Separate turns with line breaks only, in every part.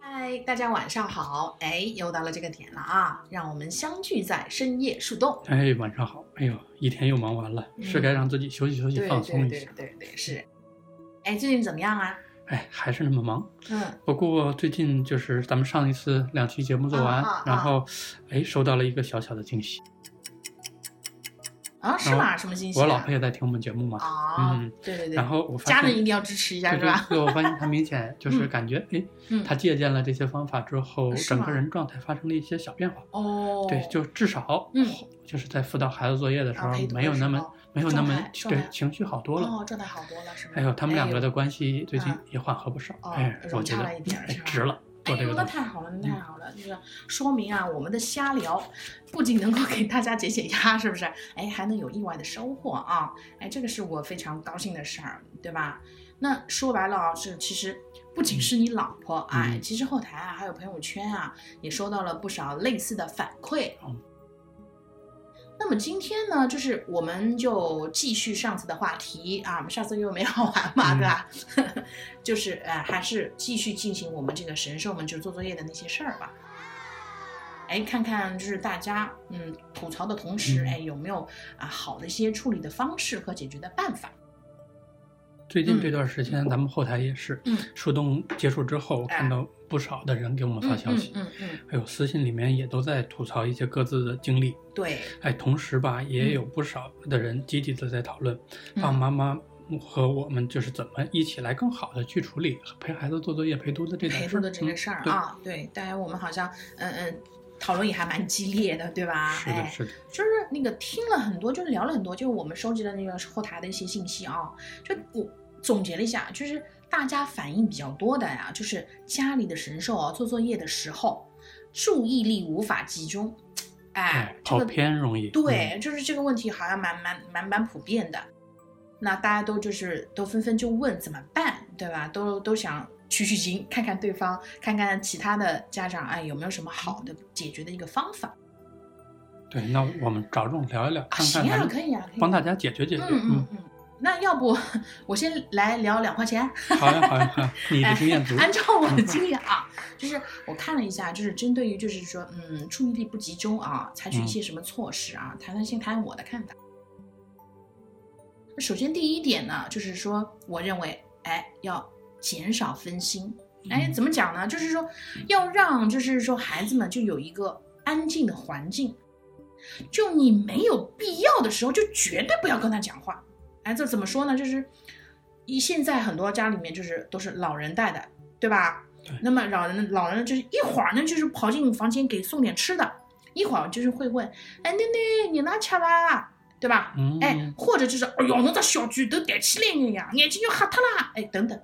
嗨，大家晚上好！哎，又到了这个点了啊，让我们相聚在深夜树洞。
哎，晚上好！哎呦，一天又忙完了，
嗯
是该让自己休息休息、
对
放松一
对
下
对。对对对，是。哎，最近怎么样啊？
哎，还是那么忙。
嗯，
不过最近就是咱们上一次两期节目做完，
啊啊啊
然后哎收到了一个小小的惊喜，
啊，是吗？什么信息、啊？
嗯我老婆也在听我们节目嘛。
啊，
嗯
对对对。
然后我发
家人一
现，
定要支持一下，
对
是
对
吧？
对，我发现她 明显就是
嗯
感觉哎，
嗯，
她借鉴了这些方法之后，
是
整
吗
个人状态发生了一些小变化。
哦，
对，就至少
嗯
就是在辅导孩子作业的时
啊
候
陪读，
没有
的
那
时
么
候
没有那
状
么
态状
对
态
情绪好多了。
哦，状态好多了，是吗？哎
还有哎他们两个的关系最近
嗯
也缓和不少，
哦
哎，我
融
觉
洽
得
了一点儿
哎
是吧
值了，
哎
做这
呦，
个
那
东西。嗯
太好了，那太好了，就是说明啊，我们的瞎聊不仅能够给大家解解压，是不是？哎，还能有意外的收获啊！哎，这个是我非常高兴的事儿，对吧？那说白了啊，是其实不仅是你老婆啊，哎
嗯
其实后台啊，还有朋友圈啊，也收到了不少类似的反馈。
嗯
那么今天呢，就是我们就继续上次的话题啊，我们上次因为没聊完嘛，
嗯
对吧？ 就是呃，还是继续进行我们这个神兽们就是做作业的那些事儿吧。哎，看看就是大家嗯吐槽的同时，
嗯
哎有没有啊好的一些处理的方式和解决的办法？
最近这
嗯
段时间，咱们后台也是
嗯
树洞结束之后，
哎
看到不少的人给我们发
嗯
消
嗯
息，
嗯嗯，
还有私信里面也都在吐槽一些各自的经历。
对，
哎，同时吧，
嗯
也有不少的人积极的在讨论
嗯
爸爸妈妈和我们就是怎么一起来更好的去处理陪孩子做作业、陪读的这点
陪
事
读
儿。
的这个
嗯
事儿
对
啊，对，当然我们好像嗯嗯讨论也还蛮激烈的，对吧？
是的，
哎，
是的，
就是那个听了很多，就是聊了很多，就是我们收集的那个后台的一些信息啊，就我总结了一下，就是大家反应比较多的呀、就是家里的神兽啊，做作业的时候注意力无法集中，哎
哎，，
这
跑
个
偏嗯容易。
对，就是这个问题好像蛮蛮蛮蛮普遍的。那大家都就是都纷纷就问怎么办，对吧？都都想取取经，看看对方，看看其他的家长，哎，有没有什么好的解决的一个方法？
嗯，对，那我们着重聊一聊，
啊，
看
行
看
呀、
咱们
可以呀、可以呀、
帮大家解决解决。
嗯嗯嗯，那要不我先来聊两块钱？
嗯好呀，好呀，
哎
好呀， 你的经验嗯足。
按照我的经验啊，就是我看了一下，就是针对于就是说，嗯，注意力不集中啊，采
嗯
取一些什么措施啊？谈谈先谈我的看法。那首先第一点呢，就是说，我认为，哎，要减少分心。
嗯
哎，怎么讲呢？就是说，要让就是说孩子们就有一个安静的环境，就你没有必要的时候，就绝对不要跟他讲话。哎，这怎么说呢？就是一现在很多家里面就是都是老人带的，对吧？
对
那么老人老人就是一会儿呢，就是跑进房间给送点吃的，一会儿就是会问，哎，奶奶你哪吃啦？对吧？
嗯，
哎，或者就是，哎哟，侬只小狗都抬起来了呀，眼睛要瞎脱啦，哎，等等，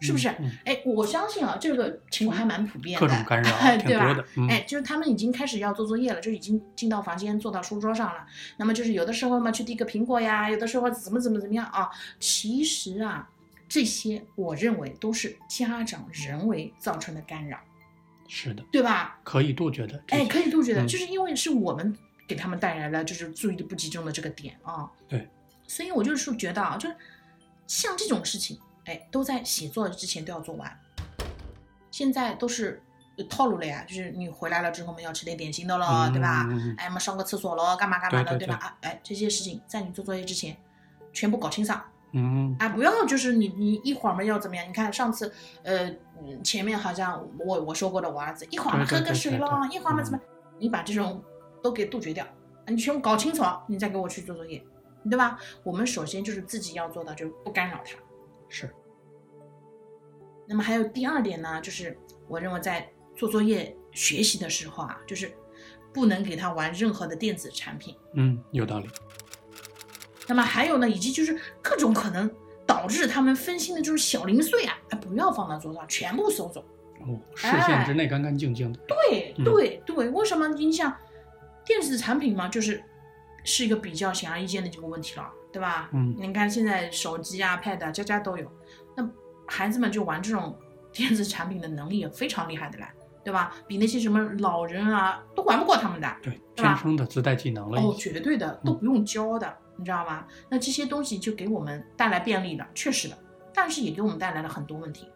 是不是？
嗯？嗯
哎，我相信啊，这个情况还蛮普遍的，
各种干扰 挺
对吧？
多的。嗯，
哎，就是他们已经开始要做作业了，就已经进到房间，坐到书桌上了。那么就是有的时候嘛，去递个苹果呀，有的时候怎么怎么怎么样啊。其实啊，这些我认为都是家长人为造成的干扰，
是的，
对吧？
可以杜绝的。这
哎，
些
可以杜绝的，
嗯
就是因为是我们给他们带来了就是注意力不集中的这个点啊。
对，
所以我就是觉得啊，就是像这种事情，哎，都在写作之前都要做完。现在都是有套路了呀，就是你回来了之后嘛，要吃点点心的喽，对吧？
嗯？嗯嗯
哎嘛，上个厕所喽，干嘛干嘛的，
对对
吧？啊，哎，这些事情在你做作业之前，全部搞清爽。
嗯，
啊，不要就是你你一会儿嘛要怎么样？你看上次，呃，嗯前面好像我我说过的，我儿子一会儿嘛
对对
喝个
对
水
对
咯，
对嗯
一会儿嘛怎么？你把这种都给杜绝掉，啊你全部搞清楚，你再给我去做作业，对吧？我们首先就是自己要做到，就是不干扰他。
是
那么还有第二点呢，就是我认为在做作业学习的时候啊，就是不能给他玩任何的电子产品。
嗯，有道理。
那么还有呢，以及就是各种可能导致他们分心的，就是小零碎啊，哎不要放到桌上，全部收走。
哦，视线之内干干净净的。
哎对
嗯
对对，为什么？你想，电子产品嘛，就是是一个比较显而易见的这个问题了，对吧？
嗯
你看现在手机啊、pad 啊，家家都有，那孩子们就玩这种 电子产品的能力也非常厉害的啦，对吧？比那些什么老人啊都玩不过他们的。
对，
对吧
天生的自带技能
哦，
了。已经
绝对的，都不用教的，你知道吗？那这些东西就给我们带来便利了，确实的，但是也给我们带来了很多问题，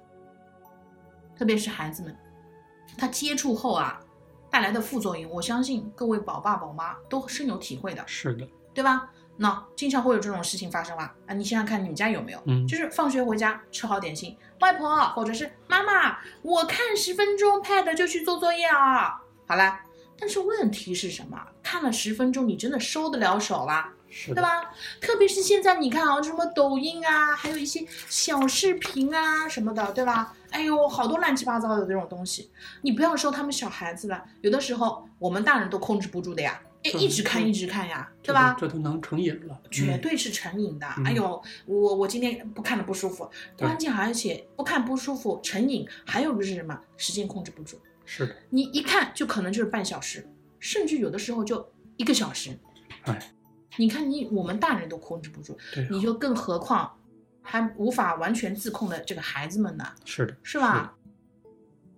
特别是孩子们，它接触后啊带来的副作用，我相信各位宝爸宝妈都深有体会的，
是的，
对吧？那经常会有这种事情发生吧？啊，你想想看，你们家有没有？
嗯
就是放学回家吃好点心，外婆或者是妈妈，我看十分钟 pad 就去做作业啊。好啦，但是问题是什么？看了十分钟，你真的收得了手啦？
是
对
的，
吧？特别是现在你看啊，什么抖音啊，还有一些小视频啊什么的，对吧？哎呦，好多乱七八糟的这种东西，你不要说他们小孩子了，有的时候我们大人都控制不住的呀，哎，
对
一直看
对
一直看呀，
这
对
都
吧？
这都能成瘾了，
绝
嗯
对是成瘾的。
嗯
哎呦，我我今天不看了不舒服，
对
关键而且不看不舒服，成瘾。还有就是什么，时间控制不住，
嗯是的，
你一看就可能就是半小时，甚至有的时候就一个小时。
哎，
你看你我们大人都控制不住，
对，啊
你就更何况还无法完全自控的这个孩子们呢，
是的，
是吧？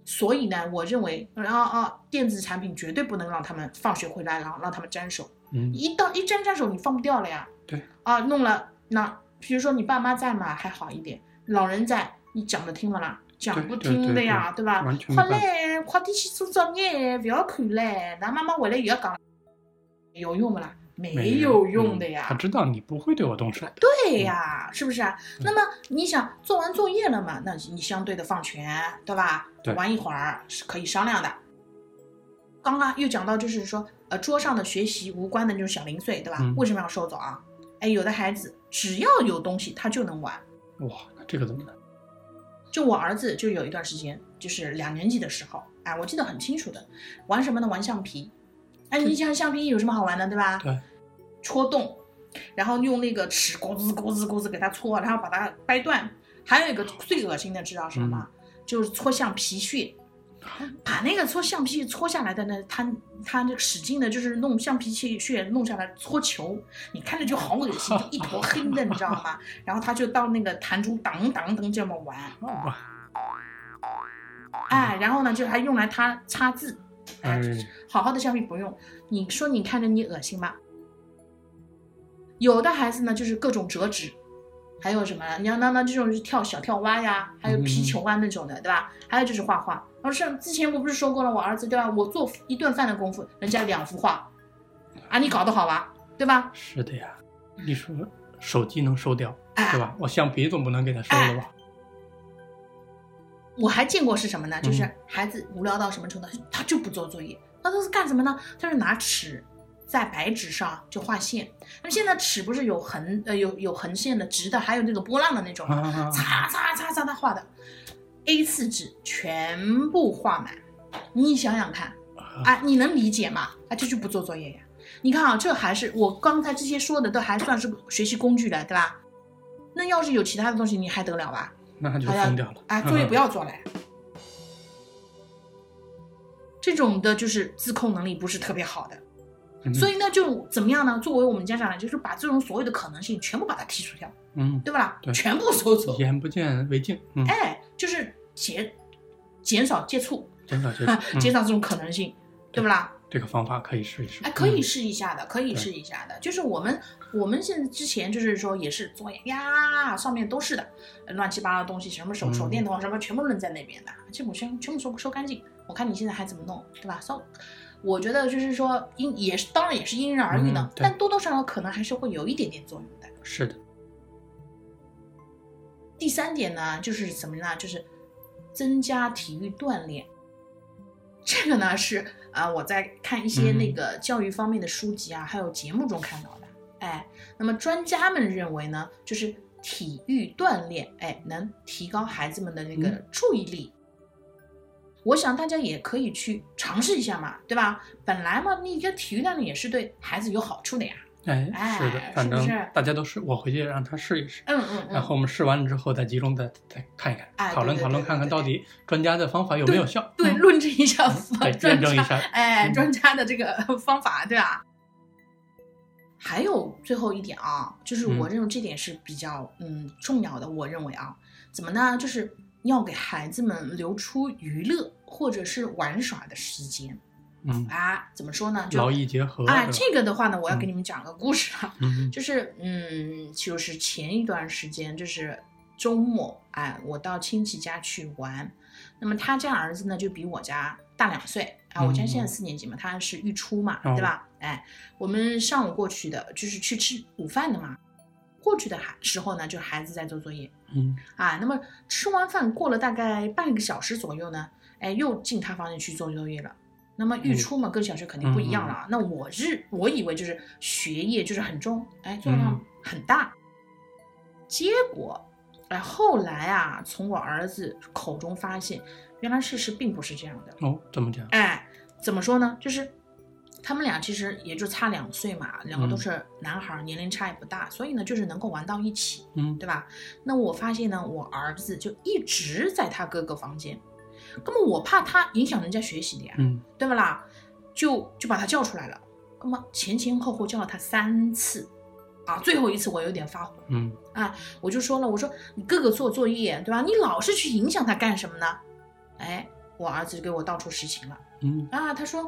所以呢，我认为，啊啊，电子产品绝对不能让他们放学回来，然后让他们沾手。
嗯，
一到一沾沾手，你放不掉了呀。
对。
啊，弄了那，比如说你爸妈在嘛，还好一点；老人在，你讲的听了啦，讲不
对对
听的呀，对吧？
完全没
好
办法
嘞，快点去做作业，不要看嘞。那妈妈回来又要讲，有用不啦？没有用的呀。
嗯他知道你不会对我动手的，
对呀，
嗯
是不是啊？那么你想做完作业了嘛？那你相对的放权，对吧？
对
玩一会儿是可以商量的。刚刚又讲到，就是说，呃，桌上的学习无关的那种小零碎，对吧？
嗯
为什么要收走啊？哎，有的孩子只要有东西他就能玩。
哇，那这个怎么办？
就我儿子就有一段时间，就是两年级的时候，哎，我记得很清楚的，玩什么呢？玩橡皮。哎，你想橡皮有什么好玩的，对吧？
对，
戳洞，然后用那个尺咕吱咕吱咕吱给它搓，然后把它掰断。还有一个最恶心的，知道什么吗？就是搓橡皮屑，把那个搓橡皮屑搓下来的呢，他他那使劲的就是弄橡皮屑屑弄下来搓球，你看着就好恶心，就一坨黑的，你知道吗？然后他就到那个弹珠当当当这么玩，
哇，
哎，然后呢，就还用来它擦字，
哎，
好好的橡皮不用。你说你看着你恶心吗？有的孩子呢，就是各种折纸，还有什么？你要那那这种就是跳小跳蛙呀，还有皮球啊那种的，对吧？还有就是画画。然后上之前我不是说过了，我儿子对吧？我做一顿饭的功夫，人家两幅画，啊，你搞得好吧？对吧？
是的呀，
嗯
你说手机能收掉
哎
对吧？我橡皮总不能给他收了吧？
我还见过是什么呢？
嗯
就是孩子无聊到什么程度，他就不做作业，那他是干什么呢？他是拿尺在白纸上就画线。那么现在尺不是有横呃有有横线的、直的，还有那个波浪的那种吗，
啊，
擦擦擦擦他画的，A 四纸全部画满。你想想看，啊，你能理解吗？啊，这就不做作业呀。你看啊，这还是我刚才这些说的，都还算是学习工具了，对吧？那要是有其他的东西，你还得了吧？
那他就
好像
疯掉了。
哎，作业不要做了。这种的就是自控能力不是特别好的，
嗯，
所
以
以呢，就怎么样呢？作为我们家长来，就是把这种所有的可能性全部把它剔除掉，
嗯，
对吧啦？
对
全部收走，
眼不见为净，嗯，
哎，就是减减少接触，
减少接
啊
触，
减
嗯
少这种可能性，对不啦？
这个方法可以试一试。
哎，可以
嗯
试一下的，可以
对
试一下的。就是我们我们现在之前就是说也是作业呀，上面都是的，呃乱七八糟的东西，什么手手
嗯
电筒什么全部扔在那边的，这种全全部收收干净。我看你现在还怎么弄，对吧？稍，我觉得就是说因也是当然也是因人而异呢
嗯，对
但多多少少可能还是会有一点点作用的。
嗯是的，
第三点呢，就是什么呢？就是增加体育锻炼。这个呢是啊、我在看一些
嗯
那个教育方面的书籍啊，还有节目中看到的。哎，那么专家们认为呢，就是体育锻炼，哎，能提高孩子们的那个
嗯
注意力。我想大家也可以去尝试一下嘛，对吧？
嗯
本来嘛，你一个体育锻炼也是对孩子有好处的呀。
哎，
哎
是的，
是
反
不
正
是
大家都试，我回去让他试一试，
嗯嗯
然
嗯，
后我们试完了之后再集中再再看一看，
哎
讨论
对对
讨论
对
看看
对
到底专家的方法有没有效？
对，
嗯
论证一下
对，
专
验证一
家
下。
哎，
嗯
专家的这个 方法，对吧？还有最后一点啊，就是我
嗯
认为这点是比较嗯重要的。我认为啊，怎么呢？就是要给孩子们留出娱乐或者是玩耍的时间
嗯，
啊。怎么说呢？就
劳逸嗯结合。
啊，
对吧
这个的话呢，我要
嗯
给你们讲个故事啊，
嗯
就是嗯，就是前一段时间，就是周末，哎，我到亲戚家去玩。那么他家儿子呢，就比我家大两岁啊。我家现在四年级嘛，他是预初嘛，
嗯哦
对吧？哎，我们上午过去的，就是去吃午饭的嘛。过去的孩时候呢，就孩子在做作业
嗯
啊。那么吃完饭过了大概半个小时左右呢，哎，又进他房间去做作业了。那
嗯
么预初嘛，跟小学肯定不一样了啊。那我是我以为就是学业就是很重，哎，重量
嗯
很大。结果，哎，后来啊，从我儿子口中发现，原来事实并不是这样的。
哦，怎么讲？
哎，怎么说呢？就是他们俩其实也就差两岁嘛，两个都
嗯
是男孩儿，年龄差也不大，所以呢，就是能够玩到一起，
嗯
对吧？那我发现呢，我儿子就一直在他哥哥房间，那么我怕他影响人家学习的呀，
嗯
对不啦？就就把他叫出来了，那么前前后后叫了他三次，啊，最后一次我有点发火。
嗯
我就说了，我说你哥哥做作业，对吧？你老是去影响他干什么呢？哎，我儿子就给我道出实情了
嗯
啊，他说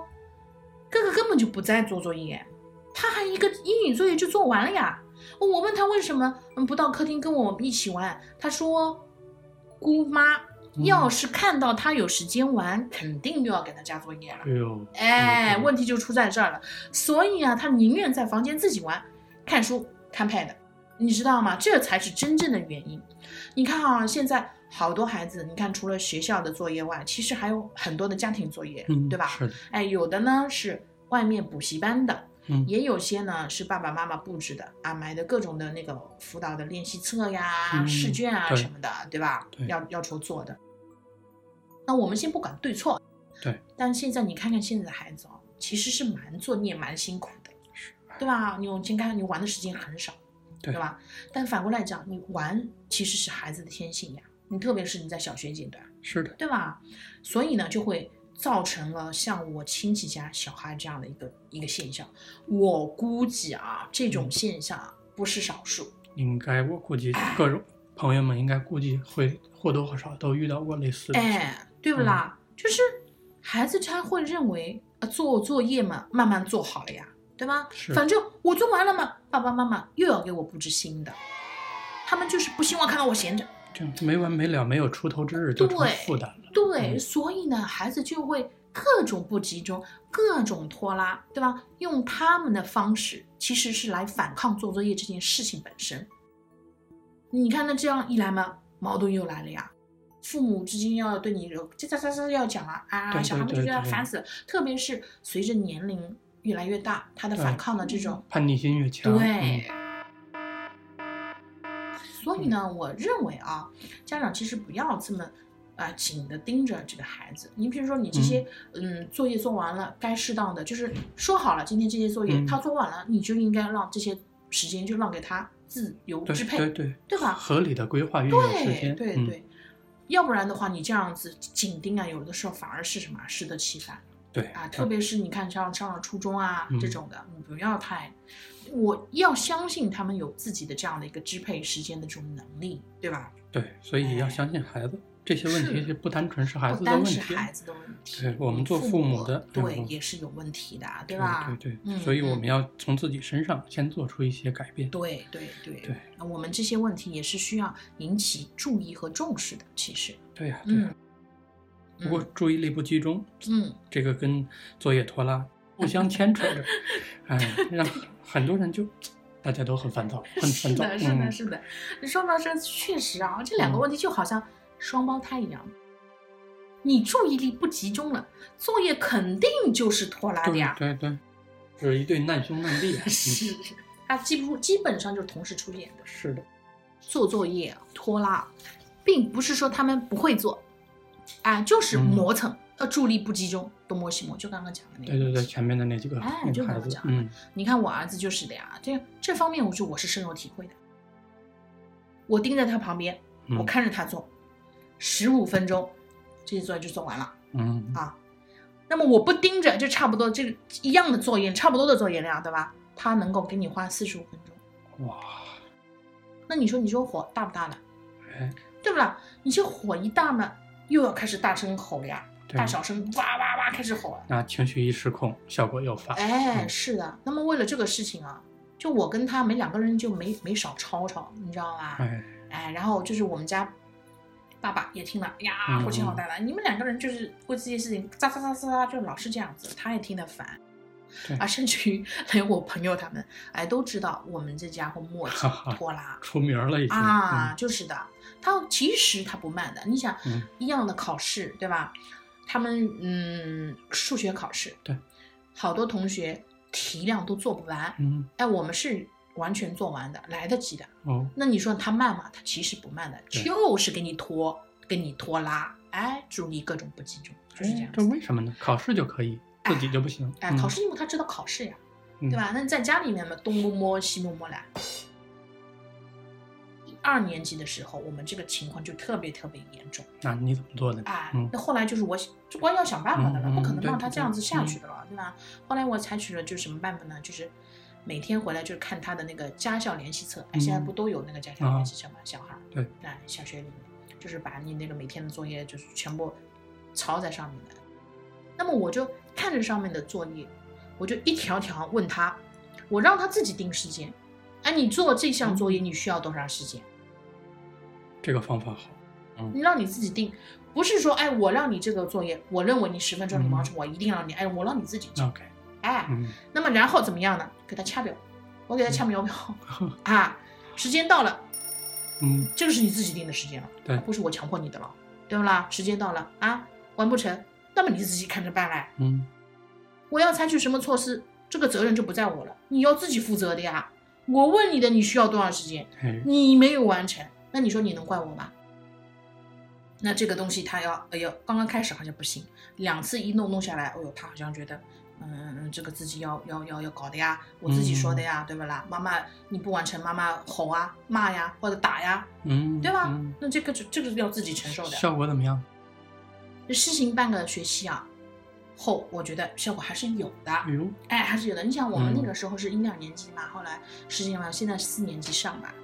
哥哥根本就不在做作业，他还一个英语作业就做完了呀。我问他为什么嗯不到客厅跟我一起玩，他说姑妈
嗯
要是看到他有时间玩，肯定又要给他加作业了。
哎呦，
哎，
嗯
问题就出在这儿了。所以啊，他宁愿在房间自己玩、看书、看 pad，你知道吗？这才是真正的原因。你看啊，现在好多孩子，你看除了学校的作业外，其实还有很多的家庭作业，
嗯，
对吧？
是的，
哎，有的呢是外面补习班的，
嗯
也有些呢是爸爸妈妈布置的啊，买的各种的那个辅导的练习册呀、
嗯
试卷啊
对
什么的，对吧？
对
要要求做的。那我们先不管对错，
对。
但现在你看看现在的孩子哦，其实是蛮作孽、蛮辛苦的，对吧？你往前看，你玩的时间很少，
啊对
吧？但反过来讲，你玩其实是孩子的天性呀，你特别是你在小学阶段。
是的，
对吧？所以呢，就会造成了像我亲戚家小孩这样的一个一个现象。我估计啊，这
嗯
种现象不是少数。
应该我估计各种朋友们应该估计会或多或少都遇到过类似的事。嗯
哎，对不啦？就是孩子他会认为啊，做作业嘛，慢慢做好了呀，对吧？
是
反正我做完了嘛，爸爸妈妈又要给我布置新的，他们就是不希望看到我闲着。
这样没完没了，没有出头之日就成
对
负担了。
对，
嗯
所以呢，孩子就会各种不集中，各种拖拉，对吧？用他们的方式，其实是来反抗做作业这件事情本身。你看，那这样一来嘛，矛盾又来了呀。父母之间要对你有这这这这要讲了啊，
对
小孩们就
对
觉得
对
烦死了。特别是随着年龄越来越大，他的
对嗯
反抗的这种
叛逆心越强，嗯
对。所以呢，我认为啊，家长其实不要这么啊、紧的盯着这个孩子。你比如说，你这些嗯作业做完了，该适当的就是说好了，今天这些作业、
嗯
他做完了，你就应该让这些时间就让给他自由
嗯、
支配，
对对对，
对吧？
合理的规划运用时
对
间，
对
嗯
对，要不然的话，你这样子紧盯啊，有的时候反而是什么啊适得其反。
对
啊，特别是你看像上了初中啊、
嗯
这种的，你不要太，我要相信他们有自己的这样的一个支配时间的这种能力，对吧？
对，所以要相信孩子，这些问题
是
是不单纯是孩
不
子的问
单是
题，
孩子的问题，
对我们做
父
父母的
对
嗯
也是有问题的，
对
吧？
对对
嗯
所以我
嗯
们要从自己身上先做出一些改变。
对对对
对
那我们这些问题也是需要引起注意和重视的，其实，
对呀、对呀、
嗯，
不过注意力不集中，
嗯，
这个跟作业 拖拉互相牵扯着，哎，让很多人就大家都很 烦躁，很
是
烦躁。
的，是的，
嗯
是的。你说到这，确实啊，这两个
嗯
问题就好像双胞胎一样，你注意力不集中了，作业肯定就是拖拉的
对
呀。
对对，就是一对难兄 难弟。嗯
是，它几乎基本上就是同时出现的。
是的，
做作业拖拉，并不是说他们不会做，啊，就是
嗯
磨蹭，呃，注意力不集中，东摸西摸，就刚刚讲的那个。
对对对，。前面的那几个
哎
那
就
个
跟
孩
我
子
讲，的
嗯
你看我儿子就是的呀，这这方面我就我是深有体会的。我盯着他旁边，
嗯
我看着他做，十五分钟，这些作业就做完了
嗯，
啊。那么我不盯着，就差不多这个一样的作业，差不多的作业量，对吧？他能够给你花四十五分钟，
哇，
那你说你说火大不大呢？
哎，
对不啦？你这火一大呢，又要开始大声吼了呀，
对
大小声哇哇哇开始吼了。
那情绪一失控，效果又反。
哎，
嗯
是的。那么为了这个事情啊，就我跟他们两个人就没没少吵吵，你知道吧？
哎，
哎哎，然后就是我们家爸爸也听了，哎呀，
嗯
火气好大了，你们两个人就是为这件事情喳喳喳喳喳，就老是这样子，他也听得烦
对。
啊，甚至于 连我朋友他们，哎，都知道我们这家伙磨叽 拖拉
出名儿了已经
啊，就是的。他其实他不慢的，你想、
嗯
一样的考试，对吧？他们嗯，数学考试，
对，
好多同学题量都做不完，
嗯
哎，我们是完全做完的，来得及的。
嗯哦
那你说他慢吗？他其实不慢的，
对
就是给你拖，给你拖拉，哎，注意各种不集中，就是这
哎
样
这
子。
为什嗯么呢？考试就可以，
哎
自己就不行。
哎，考试因为他知道考试呀，
嗯
对吧？那你在家里面嘛，东摸摸西摸摸啦。一二年级的时候，我们这个情况就特别特别严重，
嗯那你怎么做的呢？
哎
嗯，
那后来就是我就我要想办法的了，
嗯嗯
不可能
对
让他
对
这样子
对
下
嗯
去的了，对吧？后来我采取了就是什么办法呢？就是每天回来就是看他的那个家校联系册，哎，现在
嗯
不都有那个家校
啊
联系册吗？小孩儿
对，
哎，小学里面就是把你那个每天的作业就是全部抄在上面的。那么我就看着上面的作业，我就一条条问他，我让他自己定时间。哎，你做这项作
嗯
业你需要多长时间？
这个方法好。
你让你自己定，不是说哎，我让你这个作业，我认为你十分钟你
嗯
完成，我一定让你，哎，我让你自己做，
OK，
哎，
嗯，
那么然后怎么样呢？给他掐表，我给他掐秒表啊，时间到了，
嗯，
这个是你自己定的时间了，
对
不是我强迫你的了，对不啦？时间到了啊，完不成，那么你自己看着办嘞。
嗯，
我要采取什么措施，这个责任就不在我了，你要自己负责的呀。我问你的，你需要多长时间？
哎，
你没有完成，那你说你能怪我吗？那这个东西他要，哎呦，刚刚开始好像不行，两次一弄弄下来，哎呦，他好像觉得，嗯嗯嗯，这个自己要要要要搞的呀，我自己说的呀，对不啦？妈妈你不完成，妈妈吼啊骂呀或者打呀，
嗯，
对吧？
嗯
那这个就这个是要自己承受的。
效果怎么样？
事情半个学期啊后，我觉得效果还是有的。
哎呦，
哎，还是有的。你想，我们那
嗯
个时候是一两年级嘛，后来十几年嘛，现在四年级上吧，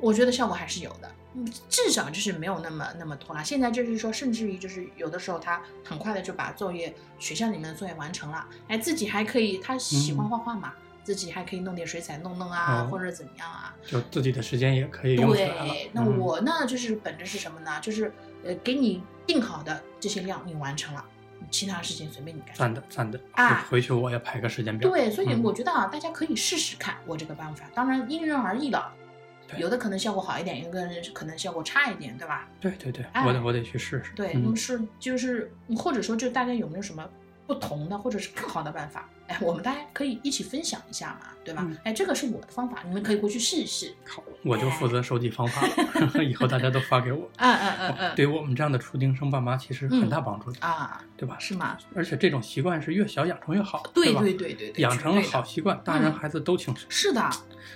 我觉得效果还是有的，嗯，至少就是没有那么那么拖拉。现在就是说，甚至于就是有的时候他很快的就把作业学校里面的作业完成了，哎，自己还可以，他喜欢
嗯
画画嘛，自己还可以弄点水彩弄弄啊，
哦
或者怎么样啊，
就自己的时间也可以用起来了
对，。那
嗯
我呢，就是本着是什么呢？就是呃，给你定好的这些量你完成了，其他事情随便你干。
赞的赞的
啊
回去我也排个时间表。
对，所以
嗯
我觉得啊，大家可以试试看我这个办法，当然因人而异了。
对
有的可能效果好一点，有的人可能效果差一点，对吧？
对对对，
哎
我得我得去试试。
对，那
嗯
么是就是嗯或者说就大家有没有什么不同的或者是更好的办法？哎，我们大家可以一起分享一下嘛，对吧
嗯？
哎，这个是我的方法，你们可以回去试一 试。
好，我就负责收集方法 了， 以后大家都发给我。
嗯嗯嗯嗯，
哦对于我们这样的初中生爸妈其实很大帮助的，
啊，
对吧？
是吗？
而且这种习惯是越小养成越好，
对
吧？
对对对对，
养
绝
成了
对的
好习惯，大人
嗯
孩子都轻松。
是的，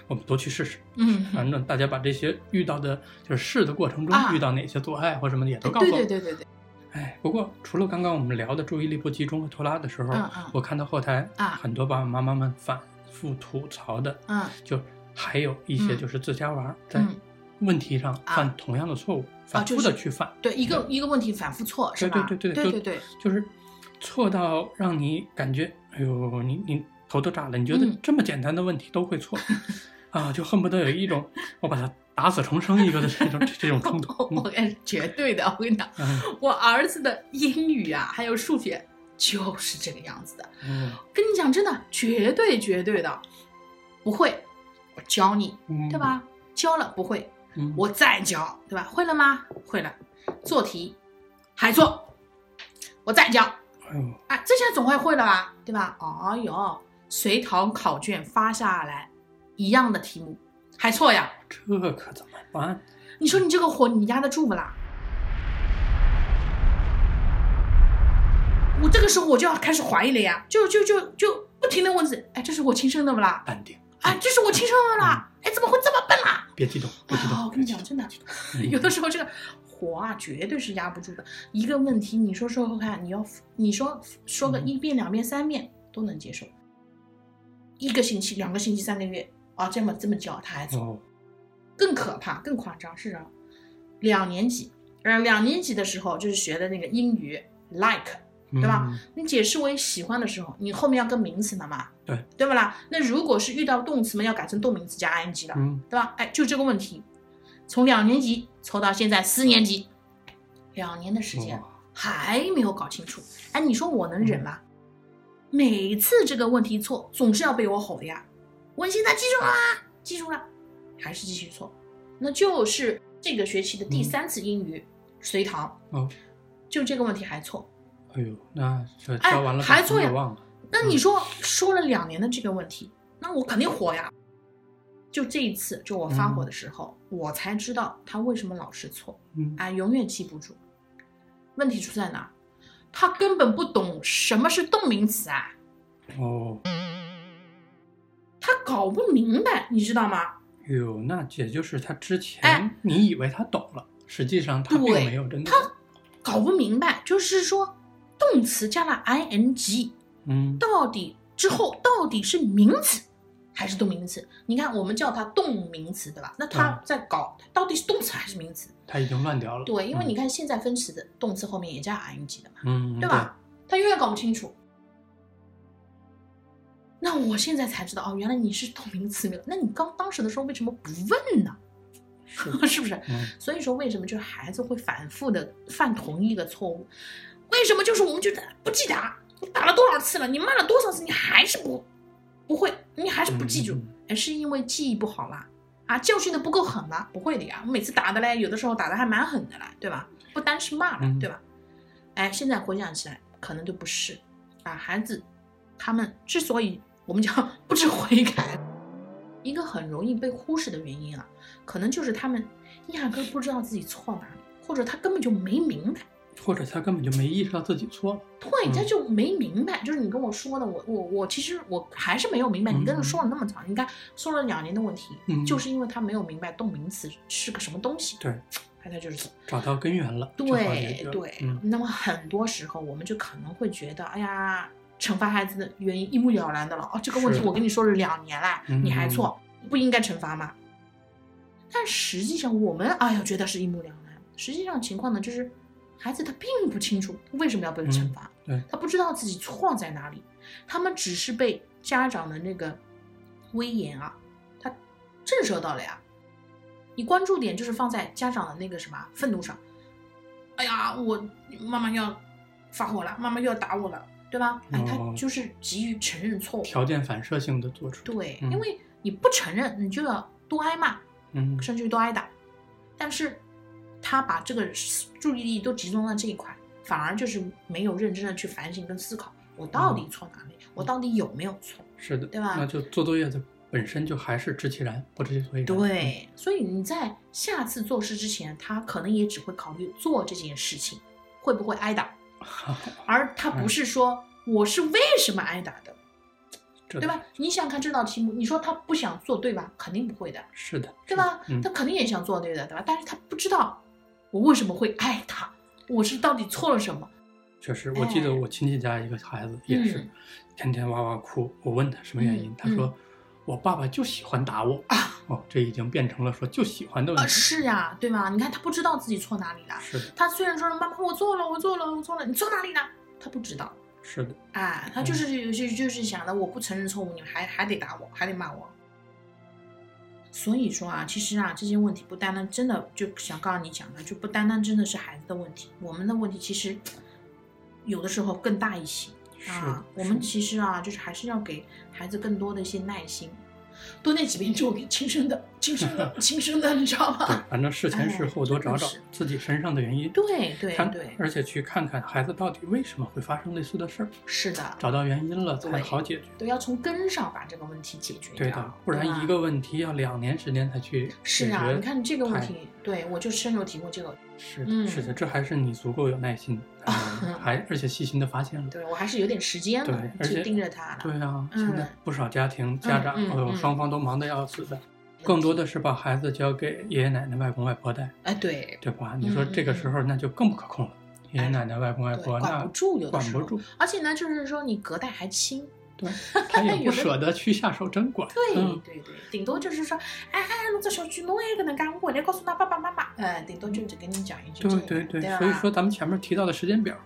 我们都去试试，
嗯，
反正大家把这些遇到的，就是试的过程中
啊
遇到哪些阻碍或什么的也都告诉
对
我
对
们。
对对对，
哎，不过除了刚刚我们聊的注意力不集中和拖拉的时候，
嗯嗯
我看到后台
啊
很多爸爸妈妈们反复吐槽的，
嗯
就还有一些
嗯
就是自家玩儿在
嗯，啊哦
问题上犯同样的错误，反复
就
的
是
去犯，
对，一个一个问题反复错是吧？
对
对
对对
对
对
对，
就是错到让你感觉，哎呦，你你头都炸了，你觉得
嗯
这么简单的问题都 会错，啊，就恨不得有一种我把它打死重生一个的这种这这种冲动。
我感觉绝对的，我跟你讲。
嗯
我儿子的英语啊，还有数学就是这个样子的。
嗯
跟你讲，真的，绝对绝对的，不会，我教你，
嗯，
对？吧？教了不会，
嗯，
我再教，对吧？会了吗？会了，做题还做，我再教，
哎呦，
哎，这下总会会了吧，对吧？哎呦，随堂考卷发下来，一样的题目还错呀，
这可怎么办？
你说你这个火你压得住不啦？我这个时候我就要开始怀疑了呀，就就就就不停的问自己，哎，这是我亲生的不啦？
淡定，
哎，这是我亲生的不啦？哎，怎么会这么笨啦？
别激动，别激
啊，
动。
我跟你
别
讲，真的，
激动嗯哦
有的时候这个火啊，绝对是压不住的。一个问题，你说说看，你要你说说个
嗯
一遍、两遍、三遍都能接受，一个星期、两个星期、三个月啊，这么这么教他还
嗯
错。
哦，
更可怕、更夸张是什么？两年级，呃，两年级的时候就是学的那个英语 like，
对
对吧？你解释为喜欢的时候，你后面要跟名词了嘛？
对，
对不啦？那如果是遇到动词嘛，要改成动名词加 ing 了，
嗯
对吧？哎，就这个问题，从两年级抽到现在四年级，哎两年的时间
嗯哇嗯
还没有搞清楚。哎，你说我能忍吗？每次这个问题错，总是要被我吼的呀。我现在记住了啊，记住了，还是继续错，那就是这个学期的第
嗯
三次英语随堂，
哦，
就这个问题还错。
哎呦，那这
哎
教完了
还
把
错
分
呀
给忘了，
那你说说了两年的这个问题，那我肯定火呀。就这一次，就我发火的时候，我才知道他为什么老是错，
嗯，
哎，永远记不住。问题出在哪儿？他根本不懂什么是动名词啊，
哦，
他搞不明白，你知道吗？
哟，哎那也就是他之前
哎
你以为他懂了，实际上他并
对
没有真的，
搞不明白，就是说动词加了 ing，
嗯，
到底之后到底是名词还是动名词？你看，我们叫它动名词，对吧？那他
嗯
在搞，到底是动词还是名词？
他已经乱掉了，
对，因为
嗯
你，看现在分词的动词后面也加 ing 的嘛，
嗯，
对吧？他永远搞不清楚。那我现在才知道哦，原来你是动名词名。那你刚当时的时候为什么不问呢？
是，
是不是？
嗯，
所以说为什么就是孩子会反复的犯同一个错误？为什么就是我们就不记打？你打了多少次了？你骂了多少次？你还是不不会，你还是不记住
嗯嗯？
哎，是因为记忆不好啦？啊，教训的不够狠啦？不会的呀，我每次打的嘞，有的时候打的还蛮狠的啦，对吧？不单是骂了
嗯，
对吧？哎，现在回想起来，可能都不是啊。孩子他们之所以我们讲 不知悔改，一个很容易被忽视的原因啊，可能就是他们压根儿不知道自己错哪里，或者他根本就没明白。
或者他根本就没意识到自己错了，
对，他
嗯
就没明白，就是你跟我说的，我我我其实我还是没有明白。你跟他
嗯
说了那么早，你看说了两年的问题，
嗯
就是因为他没有明白动名词是个什么东西，
对，
哎，他就是错。
找到根源了，就好解
对
决了
对、
嗯，
那么很多时候我们就可能会觉得，哎呀，惩罚孩子的原因一目了然的了。哦，这个问题
是的
我跟你说了两年了，
嗯
你还错，不应该惩罚吗？但实际上我们哎呀觉得是一目了然，实际上情况呢就是，孩子他并不清楚为什么要被惩罚，
嗯对
他不知道自己错在哪里，他们只是被家长的那个威严啊，他震慑到了呀。啊你关注点就是放在家长的那个什么啊愤怒上。哎呀，我妈妈要发火了，妈妈又要打我了，对吧？哎，他
哦
就是急于承认错误。
条件反射性的做出，
对，
嗯
因为你不承认，你就要多挨骂，
嗯，
甚至于多挨打。但是他把这个注意力都集中在这一块，反而就是没有认真的去反省跟思考，我到
嗯
底错哪里，我到底有没有错？
是的，
对吧
那就做作业的本身就还是知其然不知其所以然，嗯，
对，所以你在下次做事之前，他可能也只会考虑做这件事情会不会挨打，
嗯
而他不是说我是为什么挨打的，
这
对吧？你想看这道题目，你说他不想做对吧？肯定不会的，
是的，
对吧
是的？嗯
他，肯定也想做对的，对吧？但是他不知道我为什么会爱他，我是到底错了什么？
确实，我记得
哎
我亲戚家一个孩子也是
嗯，
天天哇哇哭。我问他什么原因
嗯，啊
他说我爸爸就喜欢打我。哦，这已经变成了说就喜欢的问
呃，
题。
是呀、对吧？你看他不知道自己错哪里了。
是的，
他虽然说妈妈我错了，我错了，我错了，你错哪里了？他不知道，
是的，
哎，他
嗯
就是有些就是想的，我不承认错误，你们还还得打我，还得骂我。所以说啊，其实啊，这些问题不单单真的就想告诉你讲的，就不单单真的是孩子的问题，我们的问题其实有的时候更大一些
是的
啊。。我们其实啊，就是还是要给孩子更多的一些耐心，多念几遍咒语，亲身的、亲身的、亲身的，你知道
对
吗？，
反正事前事
哎
后多
真
找
的
找
是
自己身上的原因，
对对
看
对，
而且去看看孩子到底为什么会发生类似的事儿，
是的，
找到原因了才
对
好解决。
都要从根上把这个问题解决掉，啊
对的，不
对
然
吧
一个问题要两年时间才去解
是啊，
决
你看这个问
太
题，对我就深入体会这个，
是
嗯
的，是的，这还是你足够有耐心，嗯 还而且细心的发现了。
对我还是有点时间
对
了，
而且
去盯着他了。
对啊，
嗯
现在不少家庭家长，
嗯嗯
哎呦，
嗯
双方都忙得要死的，更多的是把孩子交给爷爷奶奶、外公外婆带，
哎，对
对吧？你说
嗯嗯哎
这个时候那就更不可控了，爷爷奶奶、外公外
对，
婆
管
那
不住有的
管
时
不
候，
住，
而且呢，就是说你隔代还亲，
对，他也
有的
不舍得去下手真管。
对、
嗯
对对，顶多就是说，哎哎，侬只小区侬还搿能介，我来告诉㑚爸爸妈妈，哎，顶多就只跟你讲一句这啊
对
个，
对对，
吧
所以说咱们前面提到的时间表，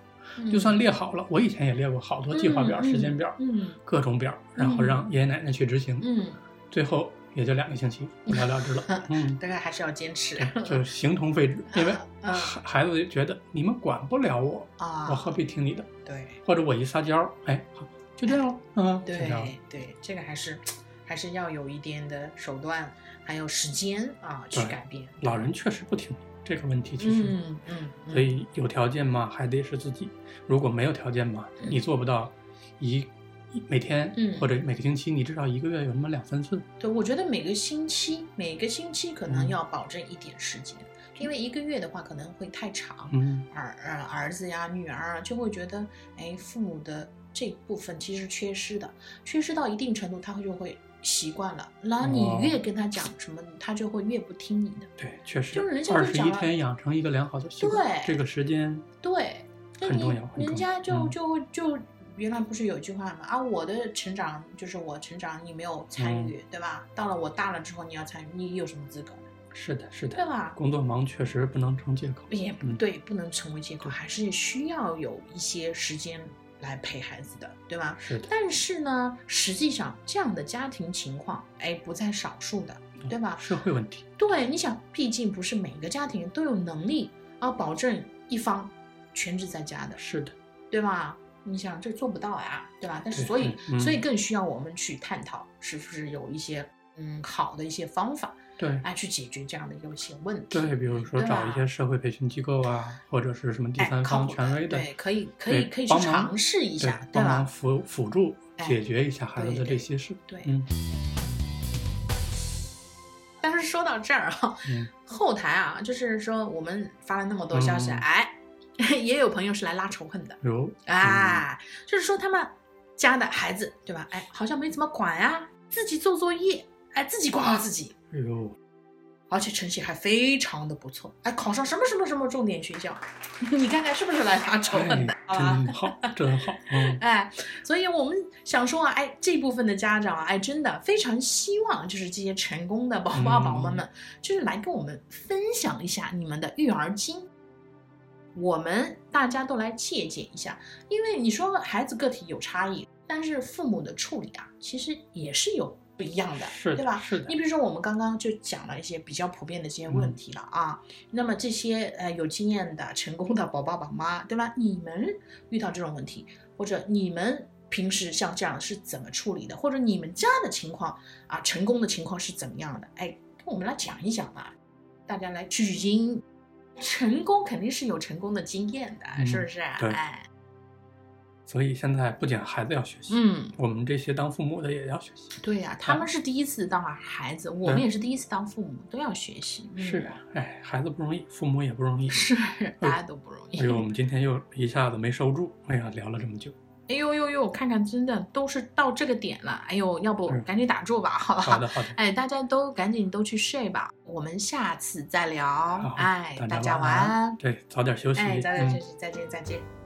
就算列好了，我以前也列过好多计划表、
嗯
时间表、
嗯
各种表，然后
嗯
让爷爷奶奶去执行，
嗯，
最后也就两个 星期不了了之了。嗯，
大概还是要坚持
对，就形同废纸，因为
嗯
孩孩子就觉得你们管不了我，我
啊。
何必听你的？
对
或者我一撒娇，哎，好就这 样了，嗯，就这样了。
对对，这个还是还是要有一点的手段，还有时间啊去
对
改变。
老人确实不听这个问题，其实。
嗯嗯，嗯
所以有条件嘛，还得是自己；如果没有条件嘛，
嗯
你做不到一一每天、
嗯
或者每个星期，你至少一个月有那么两三次。
对，我觉得每个星期每个星期可能
嗯
要保证一点时间，因为一个月的话可能会太长，
嗯，
儿儿儿子呀、女儿啊，就会觉得，哎，父母的这部分其实是缺失的，缺失到一定程度，他会就会习惯了。然后
哦
你越跟他讲什么，他就会越不听你的。
对，确实
就是人，家
二
就
十
讲
一
了
天养成一个良好的习惯，
对
这个时间
对，那
很
你
重要很
人
重要
家就
嗯
就就原来不是有一句话嘛？啊，我的成长就是我成长，你没有参
嗯
与，对吧？到了我大了之后，你要参与，你有什么资格呢？
是的，是
对
的。
吧？
工作忙确实不能成借口。
也不
嗯
对，不能成为借口，还是需要有一些时间来陪孩子的，对吧？
是的，
但是呢，实际上这样的家庭情况，哎，不在少数的，
嗯
对吧？
社会问题。
对，你想，毕竟不是每个家庭都有能力啊，保证一方全职在家的，
是的，
对吧？你想这做不到呀，对吧？但是
对
所以，
嗯嗯
所以更需要我们去探讨，是不是有一些嗯好的一些方法，
对
来去解决这样的一些问题。
对，比如说
对
找一
吧
些社会培训机构啊，或者是什么第
哎
三
靠
方
谱
权威的，
对，可以，可以，
对
可以去
帮忙
尝试一
对
下，对
帮忙
吧？
辅辅助
哎
解决一下孩子
对
的
对
这些事。
对。
嗯
但是说到这儿啊，
嗯，
后台啊，就是说我们发了那么多消息，
嗯
哎， 也有朋友是来拉仇恨的，
有
哎，就是说他们家的孩子，对吧？哎，好像没怎么管呀、自己做作业，哎，自己管好自己，
哎 呦，
而且成绩还非常的不错，哎，考上什么什么什么重点学校， 你看看是不是来拉仇
哎
恨的，好吧？
真好，真好，嗯，
哎，所以我们想说啊，哎，这部分的家长啊，哎，真的非常希望就是这些成功的宝宝
嗯
宝妈们，就是来跟我们分享一下你们的育儿经。我们大家都来借鉴一下，因为你说孩子个体有差异，但是父母的处理啊，其实也是有不一样的，
是的
对吧？
是的
你比如说，我们刚刚就讲了一些比较普遍的这些
嗯
问题了啊。那么这些呃有经验的、成功的宝宝宝妈，对吧？你们遇到这种问题，或者你们平时像这样是怎么处理的，或者你们家的情况啊，成功的情况是怎么样的？哎，跟我们来讲一讲吧，大家来取取经。成功肯定是有成功的经验的，
嗯
是不是？
对
哎，
所以现在不仅孩子要学习，
嗯，
我们这些当父母的也要学习。
对呀、他们是第一次当孩子，我们也是第一次当父母，都要学习。嗯
嗯是啊，哎，孩子不容易，父母也不容易。
是，大家都不容易。
哎呦，我们今天又一下子没收住，哎呀，聊了这么久，
哎呦呦呦，看看真的都是到这个点了，哎呦，要不
嗯
赶紧打住吧，好不
好的，好的，
哎，大家都赶紧都去睡吧，我们下次再聊。
好
哎，
大
大
家
家
晚
晚安。
对，早点休息，
哎，早点
嗯
休息，再见，再见。